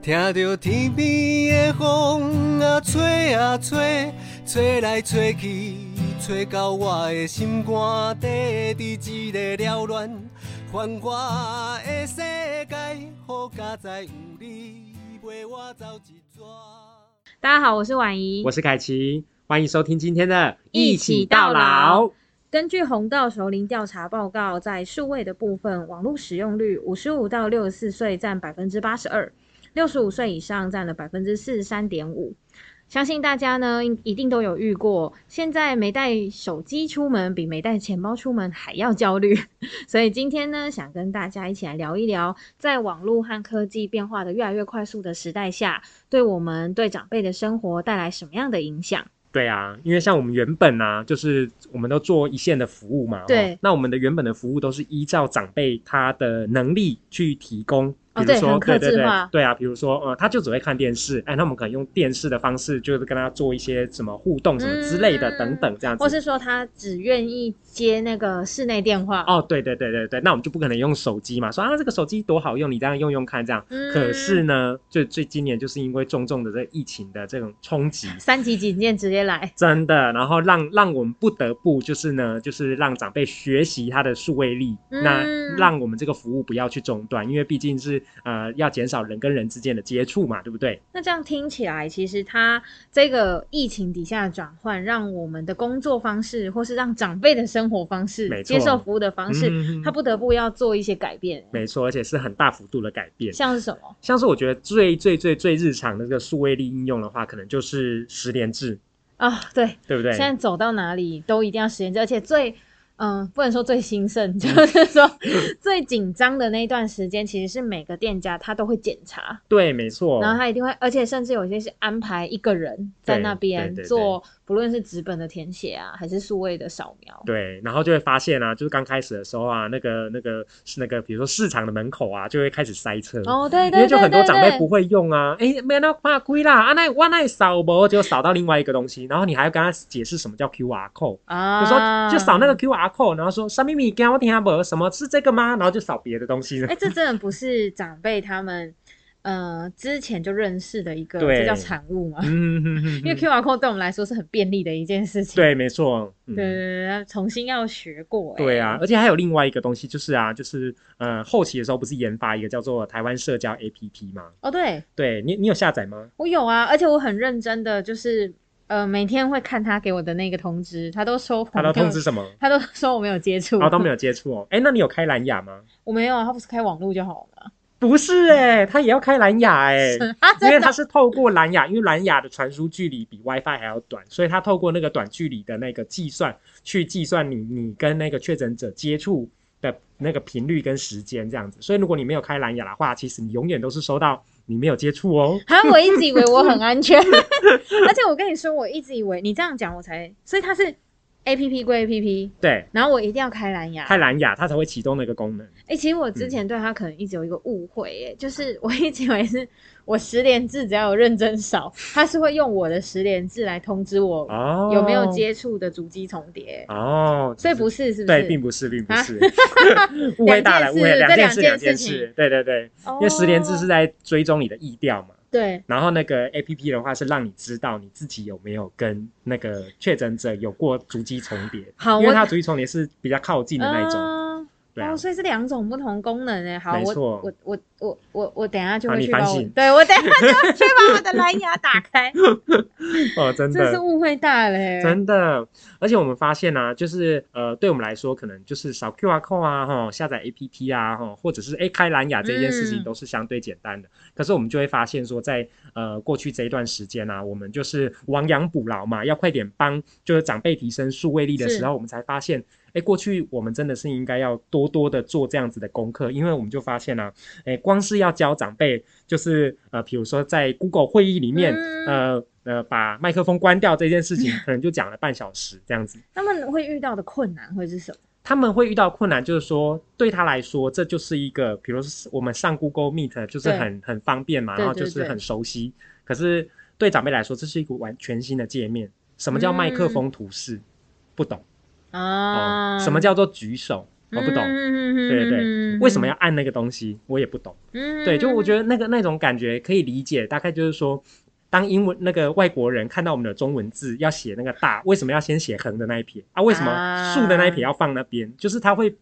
听着天边的风啊吹啊吹，吹来吹去，吹到我的心肝底，伫一个缭乱繁华的世界，好佳哉有你陪我走一逝。大家好，我是婉怡我。是凯奇，欢迎收听今天的《一起到老老》。根据红豆熟龄调查报告，在数位的部分，网络使用率五十五到六十四岁占百分之八十二，六十五岁以上占了百分之四十三点五。相信大家呢应一定都有遇过，现在没带手机出门比没带钱包出门还要焦虑， 所以今天呢想跟大家一起来聊一聊，在网络和科技变化的越来越快速的时代下，对我们对长辈的生活带来什么样的影响？对啊，因为像我们原本啊，就是我们都做一线的服务嘛。对哦那我们的原本的服务都是依照长辈他的能力去提供。哦比如对说，很客对对制对化，对啊，比如说，呃，他就只会看电视，哎，那我们可能用电视的方式，就是跟他做一些什么互动、什么之类的，嗯等等这样子。或是说他只愿意接那个室内电话。哦，对对对对对，那我们就不可能用手机嘛，说啊这个手机多好用，你这样用用看这样。嗯可是呢，最最今年就是因为重重的这疫情的这种冲击，三级警戒直接来，真的，然后让让我们不得不就是呢，就是让长辈学习他的数位力，嗯那让我们这个服务不要去中断，因为毕竟是呃要减少人跟人之间的接触嘛，对不对？那这样听起来，其实他这个疫情底下的转换，让我们的工作方式，或是让长辈的生活方式、没错接受服务的方式，嗯他不得不要做一些改变。没错，而且是很大幅度的改变。像是什么？像是我觉得最最最最日常的这个数位力应用的话，可能就是十连制，啊、对，对不对？现在走到哪里都一定要实验制，而且最。嗯，不能说最兴嗯盛，就是说最紧张的那一段时间，其实是每个店家他都会检查，对，没错。然后他一定会，而且甚至有些是安排一个人在那边哦对对对做，不论是纸本的填写啊，还是数位的扫描。对，然后就会发现啊，就是刚开始的时候啊，那个、那个、是那个，比如说市场的门口啊，就会开始塞车，哦，对因对对对对，为就很多长辈不会用啊，哎，没有那怕亏啦，啊那我那扫不，就扫到另外一个东西，然后你还要跟他解释什么叫 QR code，啊，就说就扫那个。QR code，然后说三米米给我听不，什么是这个吗？然后就扫别的东西了哎，，这真的不是长辈他们呃之前就认识的一个，对这叫产物吗？嗯，哼哼哼因为 QR code 对我们来说是很便利的一件事情。对，没错，嗯对对对对，重新要学过。哎对啊，，而且还有另外一个东西，就是啊，就是呃，后期的时候不是研发一个叫做台湾社交 APP 吗？哦，对对你，你有下载吗？我有啊，而且我很认真的，就是呃每天会看他给我的那个通知，他都收，他都通知什么？他都说我没有接触，然后都没有接触哦。哎，那你有开蓝牙吗？我没有啊，他不是开网络就好了吗？不是哎、他也要开蓝牙哎、啊，因真 为的它是透过蓝牙，因为蓝牙的传输距离比 WiFi 还要短，所以它透过那个短距离的那个计算，去计算你你跟那个确诊者接触的那个频率跟时间这样子。所以如果你没有开蓝牙的话，其实你永远都是收到你没有接触哦。啊，我一直以为我很安 全，而且我跟你说，我一直以为你这样讲我才，所以它是 A P P 归 A P P，对，然后我一定要开蓝牙。开蓝牙它才会启动那个功能。哎、其实我之前对它可能一直有一个误会、耶，就是我一直以为是我十连制只要有认真扫，它是会用我的十连制来通知我哦，有没有？接触的足迹重叠，哦，所以不是，是不是？对，并不是，并不啊 是，误会大了，误会两件事这两件事，件两件事情事，对对对，因为十连制是哦在追踪你的意调嘛，对。然后那个 A P P 的话是让你知道你自己有没有跟那个确诊者有过足迹重叠，好因为我它足迹重叠是比较靠近的那一种，啊对啊哦，，所以是两种不同功能诶。好，没我错我我我我我等一下就好会你去把反我省对我等一下就要去把我的蓝牙打开，哦，真真是的。误会大嘞。真的，而且我们发现啊，就是呃，对我们来说，可能就是扫 QR code 啊，哈，下载 APP 啊，哈，或者是哎开蓝牙这件事情嗯都是相对简单的。可是我们就会发现说在，呃过去这一段时间啊，我们就是亡羊补牢嘛，要快点帮就是长辈提升数位力的是时候，我们才发现，哎，过去我们真的是应该要多多的做这样子的功课，因为我们就发现啊，哎，光是要教长辈，就是呃，比如说在 Google 会议里面，嗯呃呃，把麦克风关掉这件 事情，可能就讲了半小时这样子。他们会遇到的困难会是什么？他们会遇到困难，就是说对他来说，这就是一个，比如说我们上 Google Meet 就是对很很方便嘛，对然后就对是对很熟悉。可是对长辈来说，这是一个完全新的界面。什么叫麦克风图示？不懂嗯哦啊、嗯什么叫做举手？我不懂。对对对，为什么要？按那个东西，我也不懂。嗯对，就我觉得，得那个那种感觉可以理解，大概就是说，当英文那个外国人看到我们的中文字要写那个大，为什么要先写横的那一撇啊？为什么竖的那一撇要放那边？就是他会，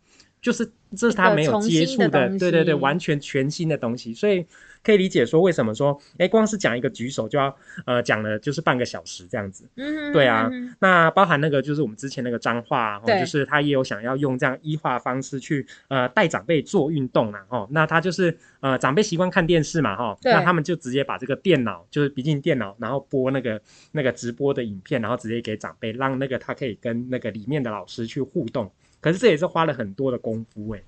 就是这是他没有接触啊一个重新的的，东西对对对，完全全新的东西，所以可以理解说为什么说，哎，光是讲一个举手就要呃讲了就是半个小时这样子。嗯对啊嗯那包含那个就是我们之前那个彰化、啊，哦，对就是他也有想要用这样医化方式去呃带长辈做运动啦、哦，那他就是呃长辈习惯看电视嘛，哈、哦，对那他们就直接把这个电脑就是逼近电脑，然后播那个那个直播的影片，然后直接给长辈，让那个他可以跟那个里面的老师去互动。可是这也是花了很多的功夫欸诶、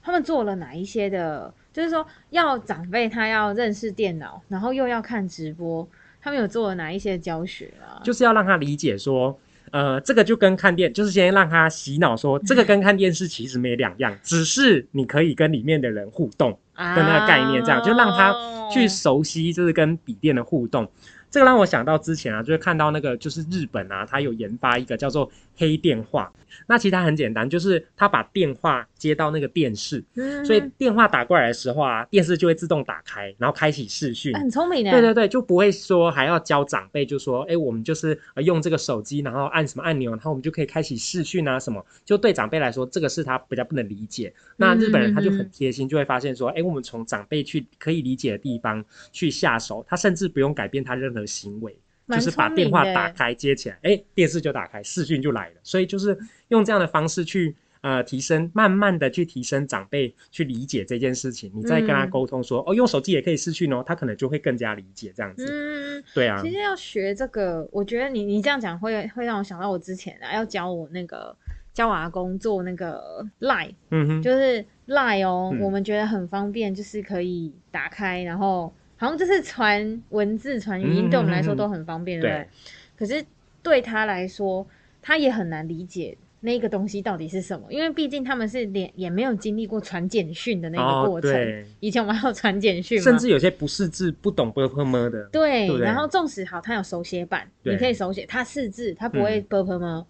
他们做了哪一些的？就是说，要长辈他要认识电脑，然后又要看直播，他们有做了哪一些教学啊？就是要让他理解说。呃，这个就跟看电，就是先让他洗脑说，这个嗯跟看电视其实没两样，只是你可以跟里面的人互动。啊的那个概念这样就让他去熟悉就是跟笔电的互动。这个让我想到之前啊，就是看到那个就是日本啊，它有研发一个叫做黑电话。那其实它很简单，就是它把电话接到那个电视，嗯所以电话打过来的时候啊，电视就会自动打开，然后开启视讯。很聪明的，对对对，就不会说还要教长辈，就说，哎，我们就是呃用这个手机，然后按什么按钮，然后我们就可以开启视讯啊什么。就对长辈来说，这个是他比较不能理解。那日本人他嗯就嗯很嗯贴心，就会发现说，哎，我们从长辈去可以理解的地方去下手，他甚至不用改变他任何行为，就蛮是聪明的，欸把电话打开接起来，哎，电视就打开，视讯就来了。所以就是用这样的方式去。呃，提升慢慢的去提升长辈去理解这件事情，你再跟他嗯沟通说，哦，用手机也可以视讯哦，他可能就会更加理解这样子。嗯，对啊其，实要学这个，我觉得你你这样讲会会让我想到我之前啊，要教我那个教我阿公做那个 line，嗯哼，就是 line 哦，嗯我们觉得很方便，就是可以打开，然后好像就是传文字、传语音，嗯对我们来说嗯嗯都很方便，对不对对？可是对他来说，他也很难理解。那个东西到底是什么？因为毕竟他们是连也没有经历过传简讯的那个过哦，程。对，以前我们还有传简讯嘛，甚至有些不识字、不懂不不么的，对，对不对然后纵使好，它有手写版，对你可以手写，它四字，它不会 b u r p 吗？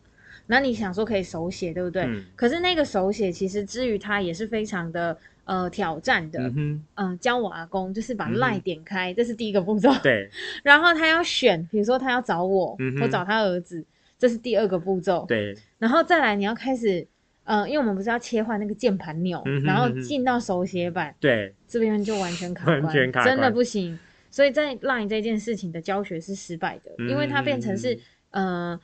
那你想说可以手写，对不对？嗯可是那个手写其实之于它也是非常的呃挑战的，嗯哼，嗯、教我阿公就是把嗯哼 line 点开，这是第一个步骤，对 然后他要选，比如说他要找我，嗯哼我找他儿子，这是第二个步骤，对，然后再来你要开始，呃，因为我们不是要切换那个键盘钮，嗯哼然后嗯哼进到手写版，对，这边就完全卡关，完全卡真的关不行。所以在 Line 这件事情的教学是失败的，嗯因为它变成是呃，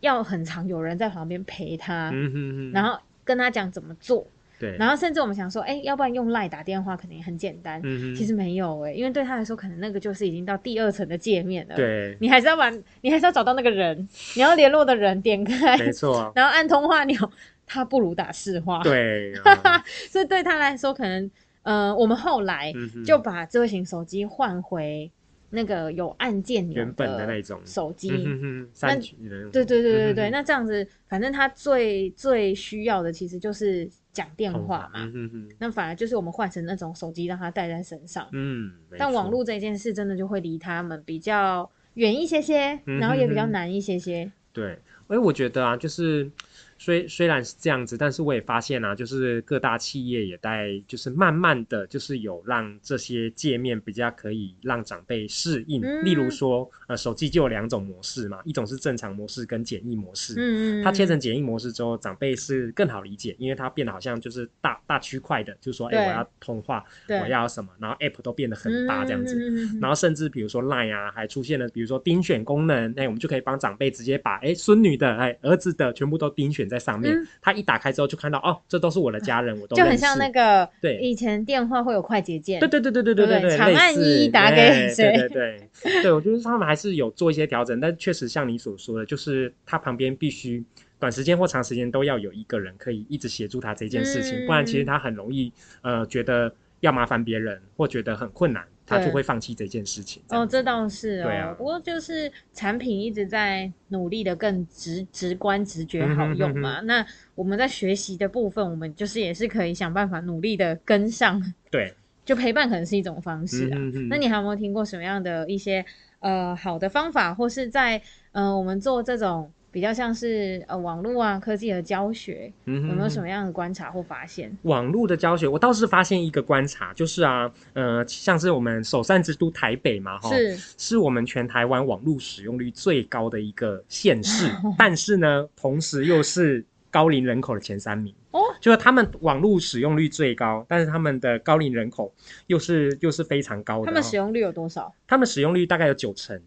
要很常有人在旁边陪他，嗯哼哼，啊然后跟他讲怎么做，对，然后后甚至我们想说，哎、要不然用 Line 打电话可能也很简单，嗯哼，其实没有哎、因为对他来说，可能那个就是已经到第二层的界面了。，对，你还是要玩，你还是要找到那个人，你要联络的人，点开，没错，然后按通话钮，他不如打市话。，对，啊所以对他来说，可能呃，我们后来。嗯哼就把智慧型手机换回那个有按键钮原本的那种手机。嗯哼哼，那三群人，对对对对对，嗯哼那这样子，反正他最最需要的其实就是讲电话嘛。嗯哼哼，那反而就是我们换成那种手机，让他带在身上。嗯，没但错网络这件事真的就会离他们比较远一些些，嗯然后也比较哼哼难一些些。对，哎，我觉得啊，就是虽虽然是这样子，但是我也发现啊，就是各大企业也在就是慢慢的就是有让这些界面比较可以让长辈适应。例如嗯说，呃，手机就有两种模式嘛，一种是正常模式跟简易模式。嗯，它切成简易模式之后，长辈是更好理解，因为它变得好像就是大大区块的，就是说，哎、我对要通话，对我要什么，然后 App 都变得很大这样子。嗯嗯嗯嗯嗯嗯然后甚至比如说 Line 啊，还出现了比如说丁选功能，哎那我们就可以帮长辈直接把哎孙女的哎儿子的全部都丁选在上面。嗯他一打开之后就看到哦，这都是我的家人，我都就认很识。像那个对以前电话会有快捷键，对对对对对对对对，长类按似一打给哎谁对对对，对我觉得他们还是有做一些调整，但确实像你所说的，就是他旁边必须短时间或长时间都要有一个人可以一直协助他这件事情，不然其实嗯他很容易呃觉得要麻烦别人或觉得很困难，他就对会放弃这件事情。哦，样子这倒是哦。对啊不过就是产品一直在努力的更直直观、直觉嗯哼好用嘛。那我们在学习的部分，我们就是也是可以想办法努力的跟上，对，就陪伴可能是一种方式啊。嗯嗯嗯那你还有没有听过什么样的一些呃好的方法，或是在呃我们做这种比较像是呃网络啊科技的教学，嗯哼有没有什么样的观察或发现？网络的教学，我倒是发现一个观察，就是啊，呃，像是我们首善之都台北嘛，哈，是是我们全台湾网络使用率最高的一个 县市，哦但是呢，同时又是高龄人口的前三名。哦，就是他们网络使用率最高，但是他们的高龄人口又是又是非常高的哦。他们使用率有多少？他们使用率大概有九成，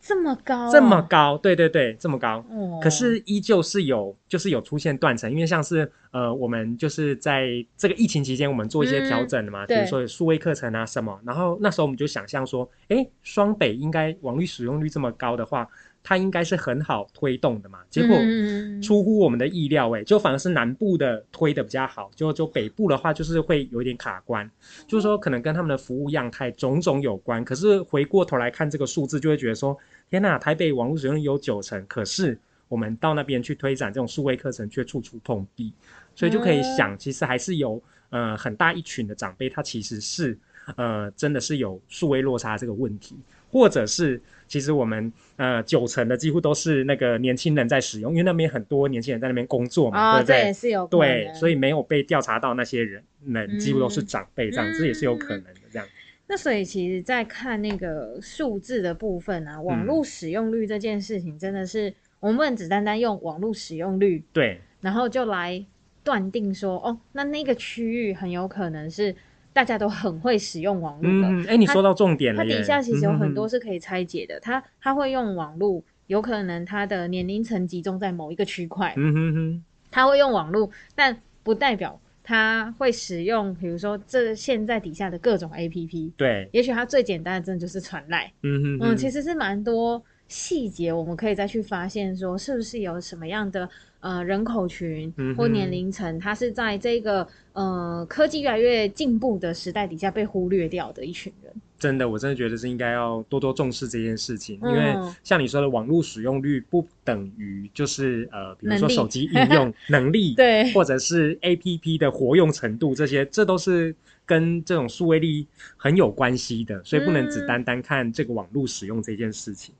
这么高、啊？这么高，对对对，这么高。哦？可是依旧是有，就是有出现断层，因为像是呃，我们就是在这个疫情期间，我们做一些调整嘛，嗯比对如说有数位课程啊什么，然后那时候我们就想象说，诶，双北应该网络使用率这么高的话，它应该是很好推动的嘛，结果。嗯出乎我们的意料、诶，哎就反而是南部的推的比较好，就就北部的话就是会有一点卡关，就是说可能跟他们的服务样态种种有关。可是回过头来看这个数字，就会觉得说，天呐，台北网络使用率有九成，可是我们到那边去推展这种数位课程却处处碰壁，所以就可以想，其实还是有呃很大一群的长辈，他其实是呃真的是有数位落差这个问题，或者是其实我们呃九成的几乎都是那个年轻人在使用，因为那边很多年轻人在那边工作嘛，啊、对不这也对？是有可对，能所以没有被调查到那些人，那几乎都是嗯长辈这样，这也是有可能的这样。那所以其实，在看那个数字的部分啊，嗯网络使用率这件事情真的是，我们不能只单单用网络使用率，对，然后就来断定说，哦，那那个区域很有可能是大家都很会使用网络的。嗯，哎，你它说到重点它了耶。底下其实有很多嗯是可以拆解的，它它会用网络，有可能它的年龄层集中在某一个区块，嗯哼哼，他会用网络，但不代表他会使用，比如说这现在底下的各种 APP。对，也许它最简单的真的就是传赖，嗯哼哼，嗯，其实是蛮多细节，我们可以再去发现说是不是有什么样的呃人口群嗯哼或年龄层，它是在这个呃科技越来越进步的时代底下被忽略掉的一群人。真的，我真的觉得是应该要多多重视这件事情，嗯因为像你说的，网络使用率不等于就是呃，比如能说力手机应用 能力，对或者是 A P P 的活用程度，这些这都是跟这种数位力很有关系的，所以不能只嗯单单看这个网络使用这件事情。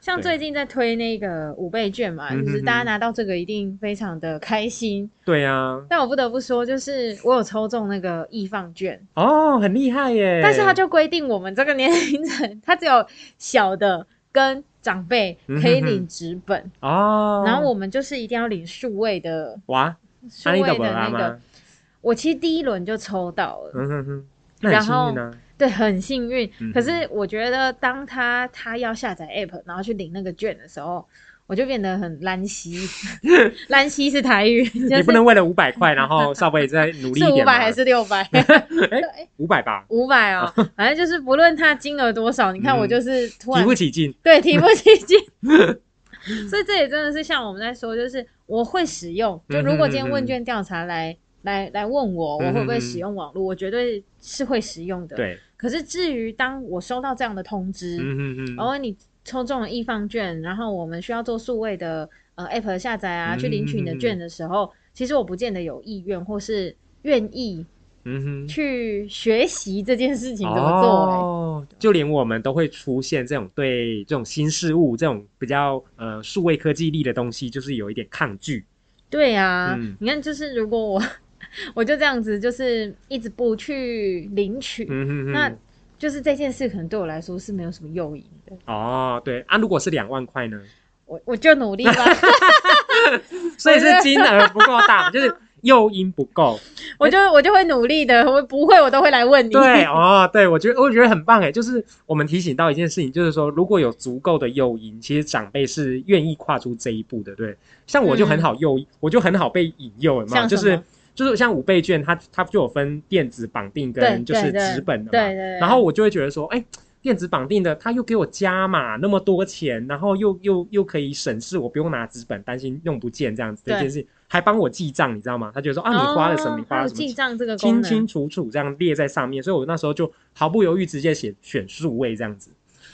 像对最近在推那个五倍券嘛，嗯哼就是大家哼拿到这个一定非常的开心。对啊，但我不得不说，就是我有抽中那个易放券，哦，很厉害耶！但是他就规定我们这个年龄层，他只有小的跟长辈可以领纸本，哦，然后我们就是一定要领数位的哇，数阿位的丽的那爸个吗。？我其实第一轮就抽到了，嗯哼哼，那很幸运啊。对，很幸运。嗯可是我觉得，当他他要下载 app，然后去领那个券的时候，我就变得很懒 兮，懒兮是台语，就你是不能为了五百块，然后稍微再努力是一五点百吗？还是六 百？五百吧？五百 哦，反正就是不论它金额多少，你看嗯我就是突提然不起劲。对提不起 劲。所以这也真的是像我们在说，就是我会使用。嗯就如果今天问卷调查来来来问我，我会不会使用网络，我绝对是会使用的。。对，可是至于当我收到这样的通知，嗯哼然哼，后你抽中了易放券，然后我们需要做数位的呃 app 的下载啊，嗯去领取你的券的时候，其实我不见得有意愿或是愿意嗯哼，去学习这件事情怎么做、欸。哦，就连我们都会出现这种对这种新事物、这种比较呃数位科技力的东西，就是有一点抗拒。对啊，嗯你看，就是如果我 我就这样子，就是一直不去领取，嗯哼哼，那就是这件事可能对我来说是没有什么诱因的。哦，对啊，如果是两万块呢？ 我我就努力吧， 所以是金额不够大，就是诱因不够。我就我就会努力的，我不会我都会来问你。 对 哦，对我觉得我觉得很棒哎，就是我们提醒到一件事情，就是说如果有足够的诱因，其实长辈是愿意跨出这一步的，对。像我就很好诱，我就很好被引诱，有没有？嗯像就什是么就是像五倍券，它它就有分电子绑定对跟就是对对纸本的嘛。对对对然后我就会觉得说，哎。电子绑定的，他又给我加码那么多钱，然后又又又可以省事，我不用拿纸本担心用不见这样子的一对件事情，还帮我记账，你知道吗？他就说啊，你花了什么？哦你花还有了什么？记账这个功清能清楚楚这样列在上面，所以我那时候就毫不犹豫直接写选数位这样子，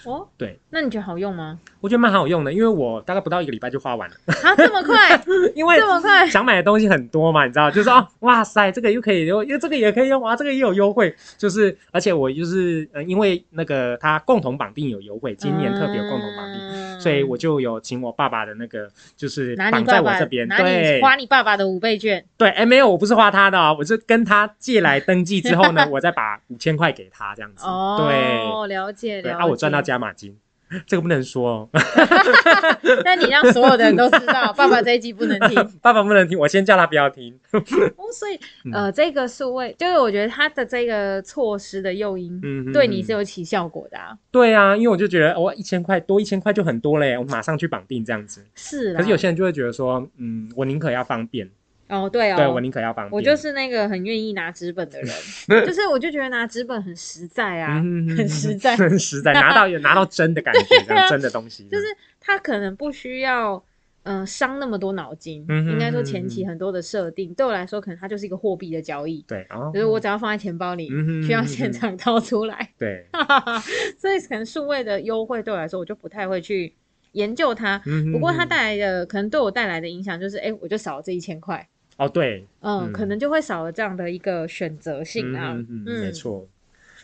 哦，对，那你觉得好用吗？我觉得蛮好用的，因为我大概不到一个礼拜就 花完了，啊，这么 快，因为这么快，想买的东西很多嘛，你知道，就是哦，哇塞，这个又可以用，因为这个也可以用啊，这个也有优惠，就是而且我就是呃，因为那个它共同绑定有优惠，今年特别有共同绑定，定所以我就有请我爸爸的那个，就是嗯拿绑你在爸我爸这边，拿你对花你爸爸的五倍券，对，哎，没有，我不是花他的、哦，我是跟他借来登记之后 呢，我再把五千块给他这样子，哦，了解对对，了解。啊，我赚到加码金，这个不能说哦， 但你让所有的人都知道，爸爸这一集不能听爸爸不能听，我先叫他不要 听，嗯哦。所以呃，这个数位就是我觉得他的这个措施的诱因，嗯哼对你哼是有起效果的啊。对啊，因为我就觉得我一千块多一千块就很多嘞，我马上去绑定这样子。是啊啦，可是有些人就会觉得说，嗯，我宁可要方便，哦，对哦，对我宁可要方便。我就是那个很愿意拿纸本 的人，就是我就觉得拿纸本很实在啊，嗯很实在啊很实在，拿到有拿到真的感 觉，这样真的东西，就是他可能不需要。嗯、伤那么多脑筋，嗯哼应该说嗯前哼期很多的设定，对我来说，可能它就是一个货币的交易，对，哦然后就是我只要放在钱包里，嗯哼需要嗯哼现场掏出来，对，所以可能数位的优惠对我来说，我就不太会去研究它。嗯不过它带来的可能对我带来的影响就是，哎、我就少了这一千块，哦对，嗯，嗯可能就会少了这样的一个选择性啊，嗯嗯嗯，没错，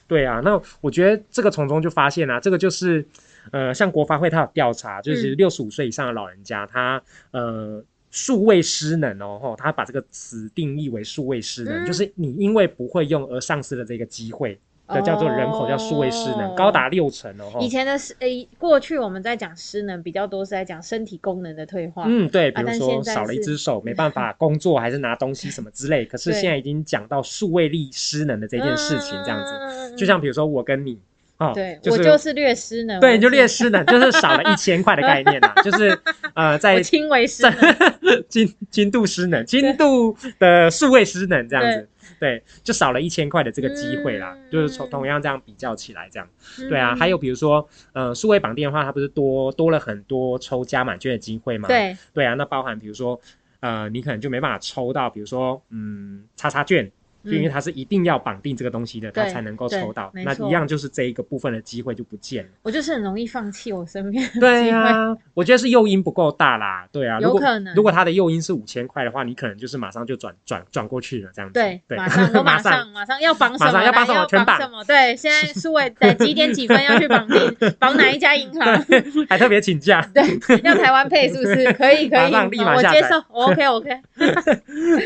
对啊，那我觉得这个从中就发现啊，这个就是呃，像国发会它有调查，就是嗯六十五岁以上的老人家，他呃。数位失能哦，吼，他把这个词定义为数位失能，嗯就是你因为不会用而丧失了这个机会的，叫做人口叫数位失能，哦高达六成哦，吼以前的失，诶、过去我们在讲失能比较多，是在讲身体功能的退化。嗯，对，比啊如但说现在少了一是只 手，没办法工作，还是拿东西什么之类。可是对现在已经讲到数位力失能的这件事情，这样子，子就像比如说我跟你，哦，嗯对、就我是就是略失能，对，我你就是劣势能，就是少了一千块的概念啊， 就是呃，我在轻微失在能，精精度失能，精度的数位失能这样子，对，就少了一千块的这个机会啦，嗯就是从同样这样比较起来这样。对啊，还有比如说，呃，数位绑定的话，它不是多多了很多抽加满券的机会吗？嗯对对啊，那包含比如说，呃，你可能就没办法抽到，比如说，嗯，叉叉券，就因为嗯它是一定要绑定这个东西的，它对才能够对抽到。没那错一样就是这一个部分的机会就不见了。我就是很容易放弃我身边 的对机会呀、我觉得是诱因不够大啦。对啊，有如果可能如果它的诱因是五千块的话，你可能就是马上就转转转过去了这样子。对，对，马 上我马马上马上要绑什马么上来，要要绑什么全绑什么？对，现在数位在几点几分要去 绑定，绑哪一家银行？对， 还特别 请假。对，要台湾配是不是？可以可马以，上立马我下接载 受，OK OK，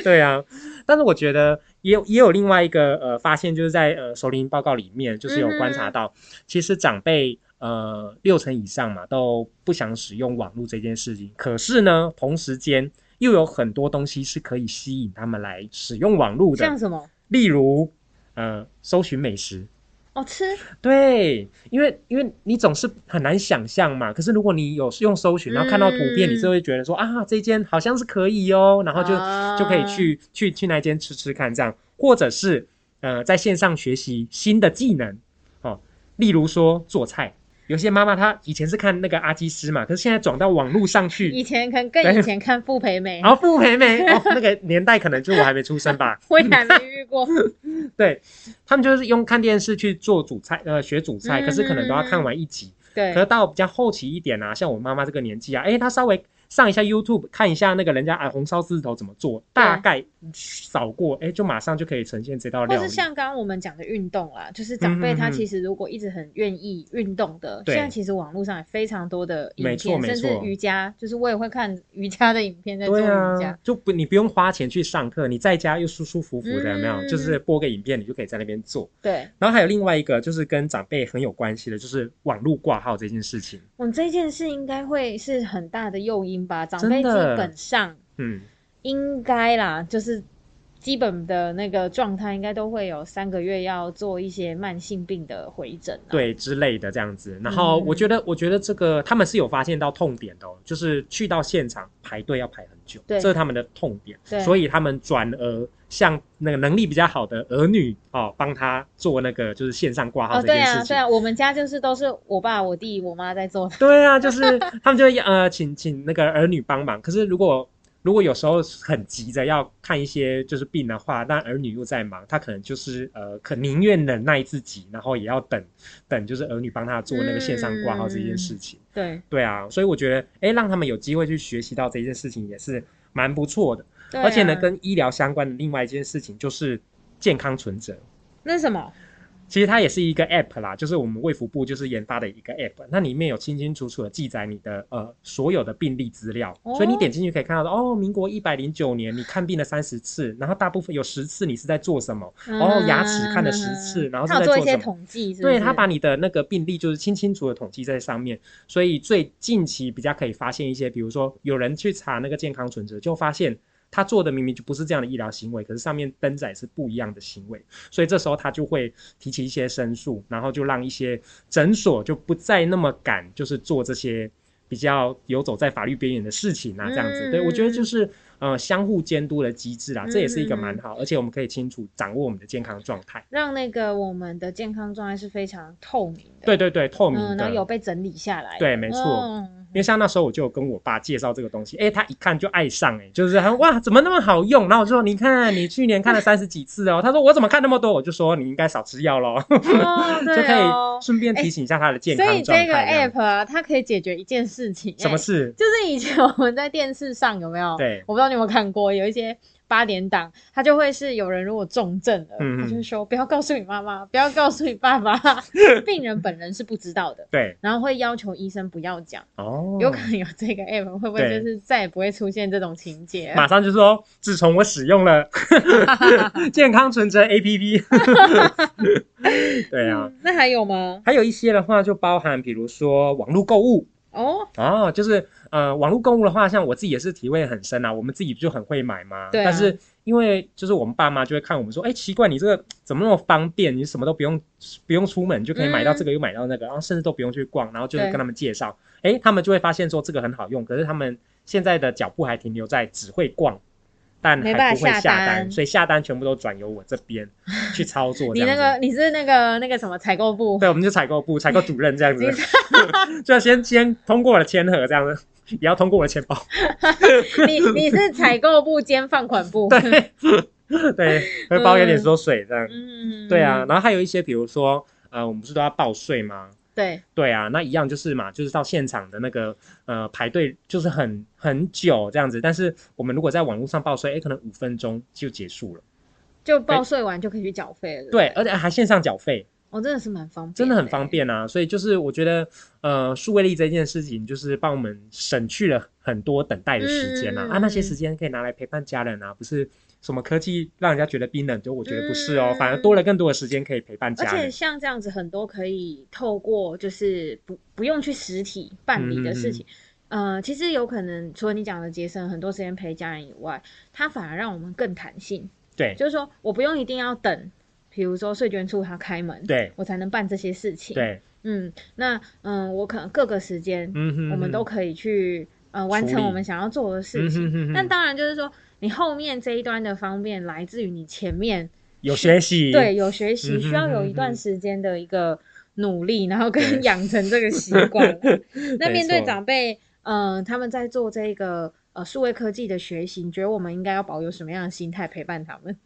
对啊，但是我觉得也有也有另外一个呃发现，就是在呃首龄报告里面，就是有观察到，嗯其实长辈呃六成以上嘛都不想使用网络这件事情，可是呢，同时间又有很多东西是可以吸引他们来使用网络像的，什么？例如呃搜寻美食。哦，吃，对，因为因为你总是很难想象嘛。可是如果你有用搜寻，然后看到图片，嗯你就会觉得说啊，这间好像是可以哦，然后就、就可以啊去去去那间吃吃看这样，或者是呃在线上学习新的技能哦，例如说做菜。有些妈妈她以前是看那个阿基师嘛，可是现在转到网络上以去，前可能更对以前看傅培梅 然，后傅培梅哦，那个年代可能就我还没出生吧，我也还没遇过。 对他们就是用看电视去做煮菜，呃，学煮菜，可是可能都要嗯嗯看嗯完一集，对可，是到比较后期一点啊，像我妈妈这个年纪啊，哎，她稍微上一下 YouTube 看一下那个人家啊红烧狮头怎么做，大概扫过，哎，就马上就可以呈现这道或料是理。像刚刚我们讲的运动啦，就是长辈他其实如果一直很愿意运动的，嗯对现在其实网络上也非常多的影没错片，没甚错至瑜伽，就是我也会看瑜伽的影片在做对瑜啊伽，，就不你不用花钱去上课，你在家又舒舒服服的，有没有？嗯就是播个影片，你就可以在那边做。对。然后还有另外一个就是跟长辈很有关系的，就是网络挂号这件事情。嗯，这件事应该会是很大的诱因吧？长真辈基的本上嗯，应该啦，就是基本的那个状态，应该都会有三个月要做一些慢性病的回诊、啊。，对之类的这样子。然嗯后我觉得，我觉得这个他们是有发现到痛点的、哦，就是去到现场排队要排很久，对这是他们的痛点。对所以他们转而向那个能力比较好的儿女哦，帮他做那个就是线上挂号哦，这对件啊，事对情。啊，我们家就是都是我爸、我弟、我妈在做。 对啊，就是他们就会呃请请那个儿女帮忙。可是如果如果有时候很急着要看一些就是病的话，那儿女又在忙，他可能就是呃，可宁愿忍耐自己，然后也要等等，就是儿女帮他做那个线上嗯挂号这件事情。对对啊，所以我觉得，哎，让他们有机会去学习到这件事情也是蛮不错的。对啊，而且呢，跟医疗相关的另外一件事情就是健康存折，那是什么？其实它也是一个 app 啦，就是我们卫福部就是研发的一个 app，那里面有清清楚楚的记载你的呃所有的病历资料，哦所以你点进去可以看到哦，民国一百零九年你看病了三十次，然后大部分有十次你是在做什么，哦牙嗯齿看了10次然后是他有在做一做些什么统计，是不对是他把你的那个病例就是清清楚的统计在上面，所以最近期比较可以发现一些，比如说有人去查那个健康存折，就发现他做的明明就不是这样的医疗行为，可是上面登载是不一样的行为，所以这时候他就会提起一些申诉，然后就让一些诊所就不再那么敢就是做这些。比较游走在法律边缘的事情啊，这样子，对我觉得嗯就是呃相互监督的机制啦，这也是一个蛮好，而且我们可以清楚掌握我们的健康状态。让那个我们的健康状态是非常透明的，对对对，透明的，嗯，然后有被整理下来的，对没错嗯因为像那时候我就有跟我爸介绍这个东西，哎、他一看就爱上、诶哎，就是他说哇，怎么那么好用？然后我就说，你看你去年看了三十几次哦，他说我怎么看那么多？我就说你应该少吃药喽，哦， 就可对哦以。顺便提醒一下他的健所康以状态。这个这样 app 啊，它可以解决一件事情、什么欸事？就是以前我们在电视上有没有？对我不知道你有没有看过，有一些八点档，他就会是有人如果重症了，嗯嗯他就会说不要告诉你妈妈， 不要告诉你爸爸， 病人本人是不知道的，对然后会要求医生不要讲。哦，有可能有这个 app，会不会对就是再也不会出现这种情节？啊马上就说，自从我使 用了健康存折 APP，对啊。嗯那还有吗？还有一些的话，就包含比如说网络购物，哦，哦，就是呃，网络购物的话，像我自己也是体会很深啊，我们自己就很会买嘛。对啊但是因为就是我们爸妈就会看我们说，哎、奇怪，你这个怎么那么方便？你什么都不用不用出门就可以买到嗯这个，又买到那个，然后甚至都不用去逛，然后就是对跟他们介绍，哎、他们就会发现说这个很好用，可是他们现在的脚步还停留在只会逛。但没办还法不会下下单所以下单全部都转由我这边去操 作。你这那样子个你是那个那个什么采购部？ 对，我们就采购部、采购主任这样子，就先先通过了签合这样子，也要通过我的钱包。你你是采购部兼放款部？对， 对，会包有点缩水这样。嗯，对啊，然后还有一些，比如说，呃，我们不是都要报税吗？对，对啊，那一样就是嘛，就是到现场的那个呃排队就是很很久这样子，但是我们如果在网络上报税，哎，可能五分钟就结束了。就报税完就可以去缴费了。对，不而且还线上缴费，哦，真的是蛮方便，真的很方。便啊！所以就是我觉得，呃，数位力这件事情，就是帮我们省去了很多等待的时间啊。嗯啊，那些时间可以拿来陪伴家人啊，不是什么科技让人家觉得冰冷，就我觉得不是哦，嗯反而多了更多的时间可以陪伴而家且人。像这样子，很多可以透过就是不不用去实体办理的事情，嗯呃，其实有可能除了你讲的节省很多时间陪家人以外，它反而让我们更弹性，对就是说我不用一定要等，比如说税捐处它开门，对我才能办这些事情。，对，嗯，那嗯，我可能各个时间，嗯哼，我们都可以去呃完处成我理们想要做的事嗯情。哼哼哼但当然就是说，你后面这一端的方便来自于你前面有学习，对有学习，嗯需要哼有哼一段哼时间的一个努力，然后对跟养成这个习 惯。那没面对错长辈，嗯、他们在做这个呃数位科技的学习，你觉得我们应该要保有什么样的心态陪伴他们？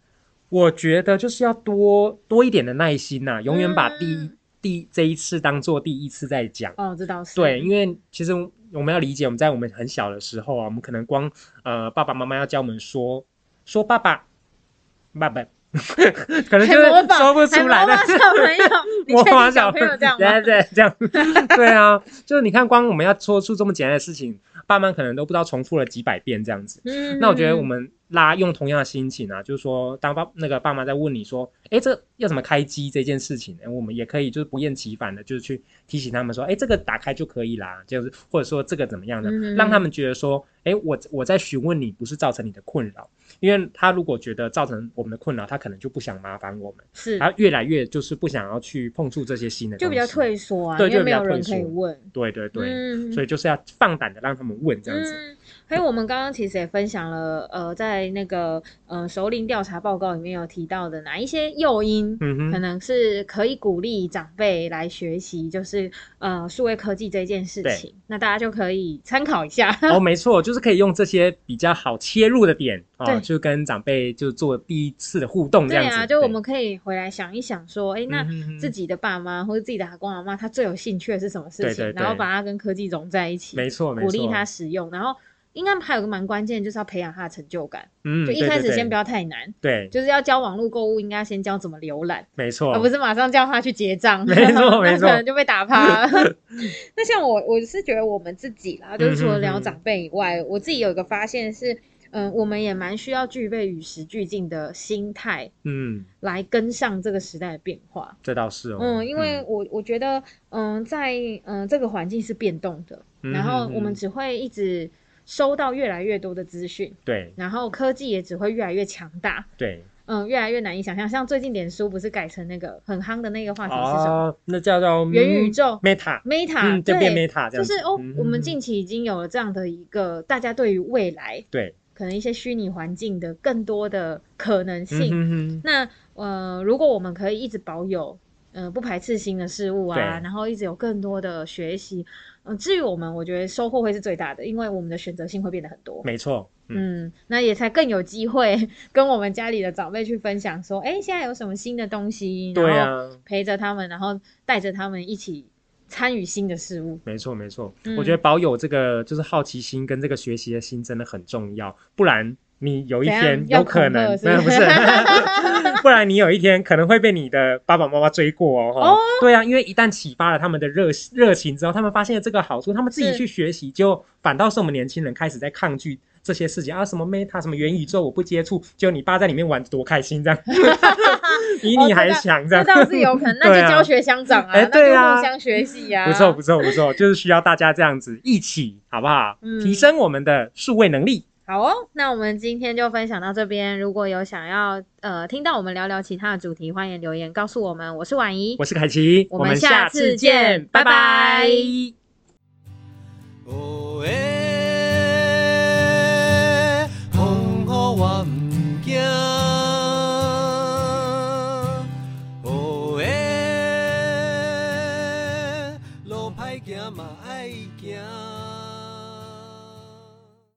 我觉得就是要多多一点的耐心呐、永远把第一、嗯第这一次当做第一次在讲。哦，这倒是对，因为其实我们要理解，我们在我们很小的时候啊，我们可能光呃爸爸妈妈要教我们说说爸爸，爸爸， 可能就还是模仿说不还出来模的。仿小 朋友，你确定小朋友这样吗？对对这样，对啊，就是你看，光我们要说出这么简单的事情，爸妈可能都不知道重复了几百遍这样子。嗯那我觉得我们拉用同样的心情啊，就是说，当爸那个爸妈在问你说，哎，这要怎么开机这件事情，诶我们也可以就是不厌其烦的，就是去提醒他们说，哎，这个打开就可以啦，就是或者说这个怎么样的，嗯让他们觉得说，哎，我我在询问你，不是造成你的困扰，因为他如果觉得造成我们的困扰，他可能就不想麻烦我们，是他越来越就是不想要去碰触这些新的，就比较。退缩啊，对因为就比没较有人退可以缩问，对对对，嗯所以就是要放胆的让他们问这样子。嗯，所以我们刚刚其实也分享了，呃，在那个呃首领调查报告里面有提到的哪一些诱因，嗯可哼，能是可以鼓励长辈来学习，就是呃数位科技这件事对情，那大家就可以参考一下。 哦，没错，就是可以用这些比较好切入的点哦，对就跟长辈就做第一次的互动这对样子。啊，就我们可以回来想一想，说，哎，那嗯哼哼自己的爸妈或者自己的阿公阿妈，他最有兴趣的是什么事对情，对对然后把它跟科技融在一起，没错，没鼓错，励他使用，然后。应该还有个蛮关键，就是要培养他的成就感。嗯，就一开始先不要要太难，对，就是要教网络购物，应该先教怎么浏览，没错，而不是马上叫他去结账。哦没 错没那错可能就被打 趴。那像我，我是觉得我们自己嗯啦，就是除了聊长辈以外，我自己有一个发现是，嗯、我们也蛮需要具备与时俱进的心态，嗯，来跟上这个时代的变化。这倒是哦，嗯，因为我我觉得，嗯，在嗯这个环境是变动的，嗯然后嗯我们嗯只会一直收到越来越多的资讯，对然后科技也只会越来越强大，对嗯，越来越难以想象。像最近脸书不是改成那个很夯的那个话题是什么？哦，那叫做元宇宙 Meta， Meta，、嗯，就变对， Meta 这就样是子，哦，嗯我们近期已经有了这样的一个大家对于未来对，可能一些虚拟环境的更多的可能嗯性，哼哼，那呃，如果我们可以一直保有，呃，不排斥新的事物对啊，然后一直有更多的学习，嗯、至于我们，我觉得收获会是最大的，因为我们的选择性会变得很多。没错，嗯，嗯，那也才更有机会跟我们家里的长辈去分享，说，哎，现在有什么新的东西，对然后啊，陪着他们，然后带着他们一起参与新的事 物。没错，没错，嗯我觉得保有这个就是好奇心跟这个学习的心真的很重要，不然你有一怎样天要有可恐吓能，是没有不不是是， 不然你有一天可能会被你的爸爸妈妈追过哦。哈哦对啊，因为一旦启发了他们的热热情之后，他们发现了这个好处，他们自己是去学习，就反倒是我们年轻人开始在抗拒。这些事情啊，什么 Meta，什么元宇宙，我不接触。就你爸在里面玩得多开心，这样 比哦你这还倒强，这这样倒是有可 能，那对就啊教学相长啊，哎那对就啊互相学习呀、不错不错不错， 就是需要大家这样子一起，好不好？嗯提升我们的数位能力。好哦，那我们今天就分享到这边。如果有想要呃听到我们聊聊其他的主题，欢迎留言告诉我们。我是婉怡，我是凯奇，我们们下次见拜拜拜拜。哦耶，风雨我毋惊。哦耶，路歹行嘛爱行。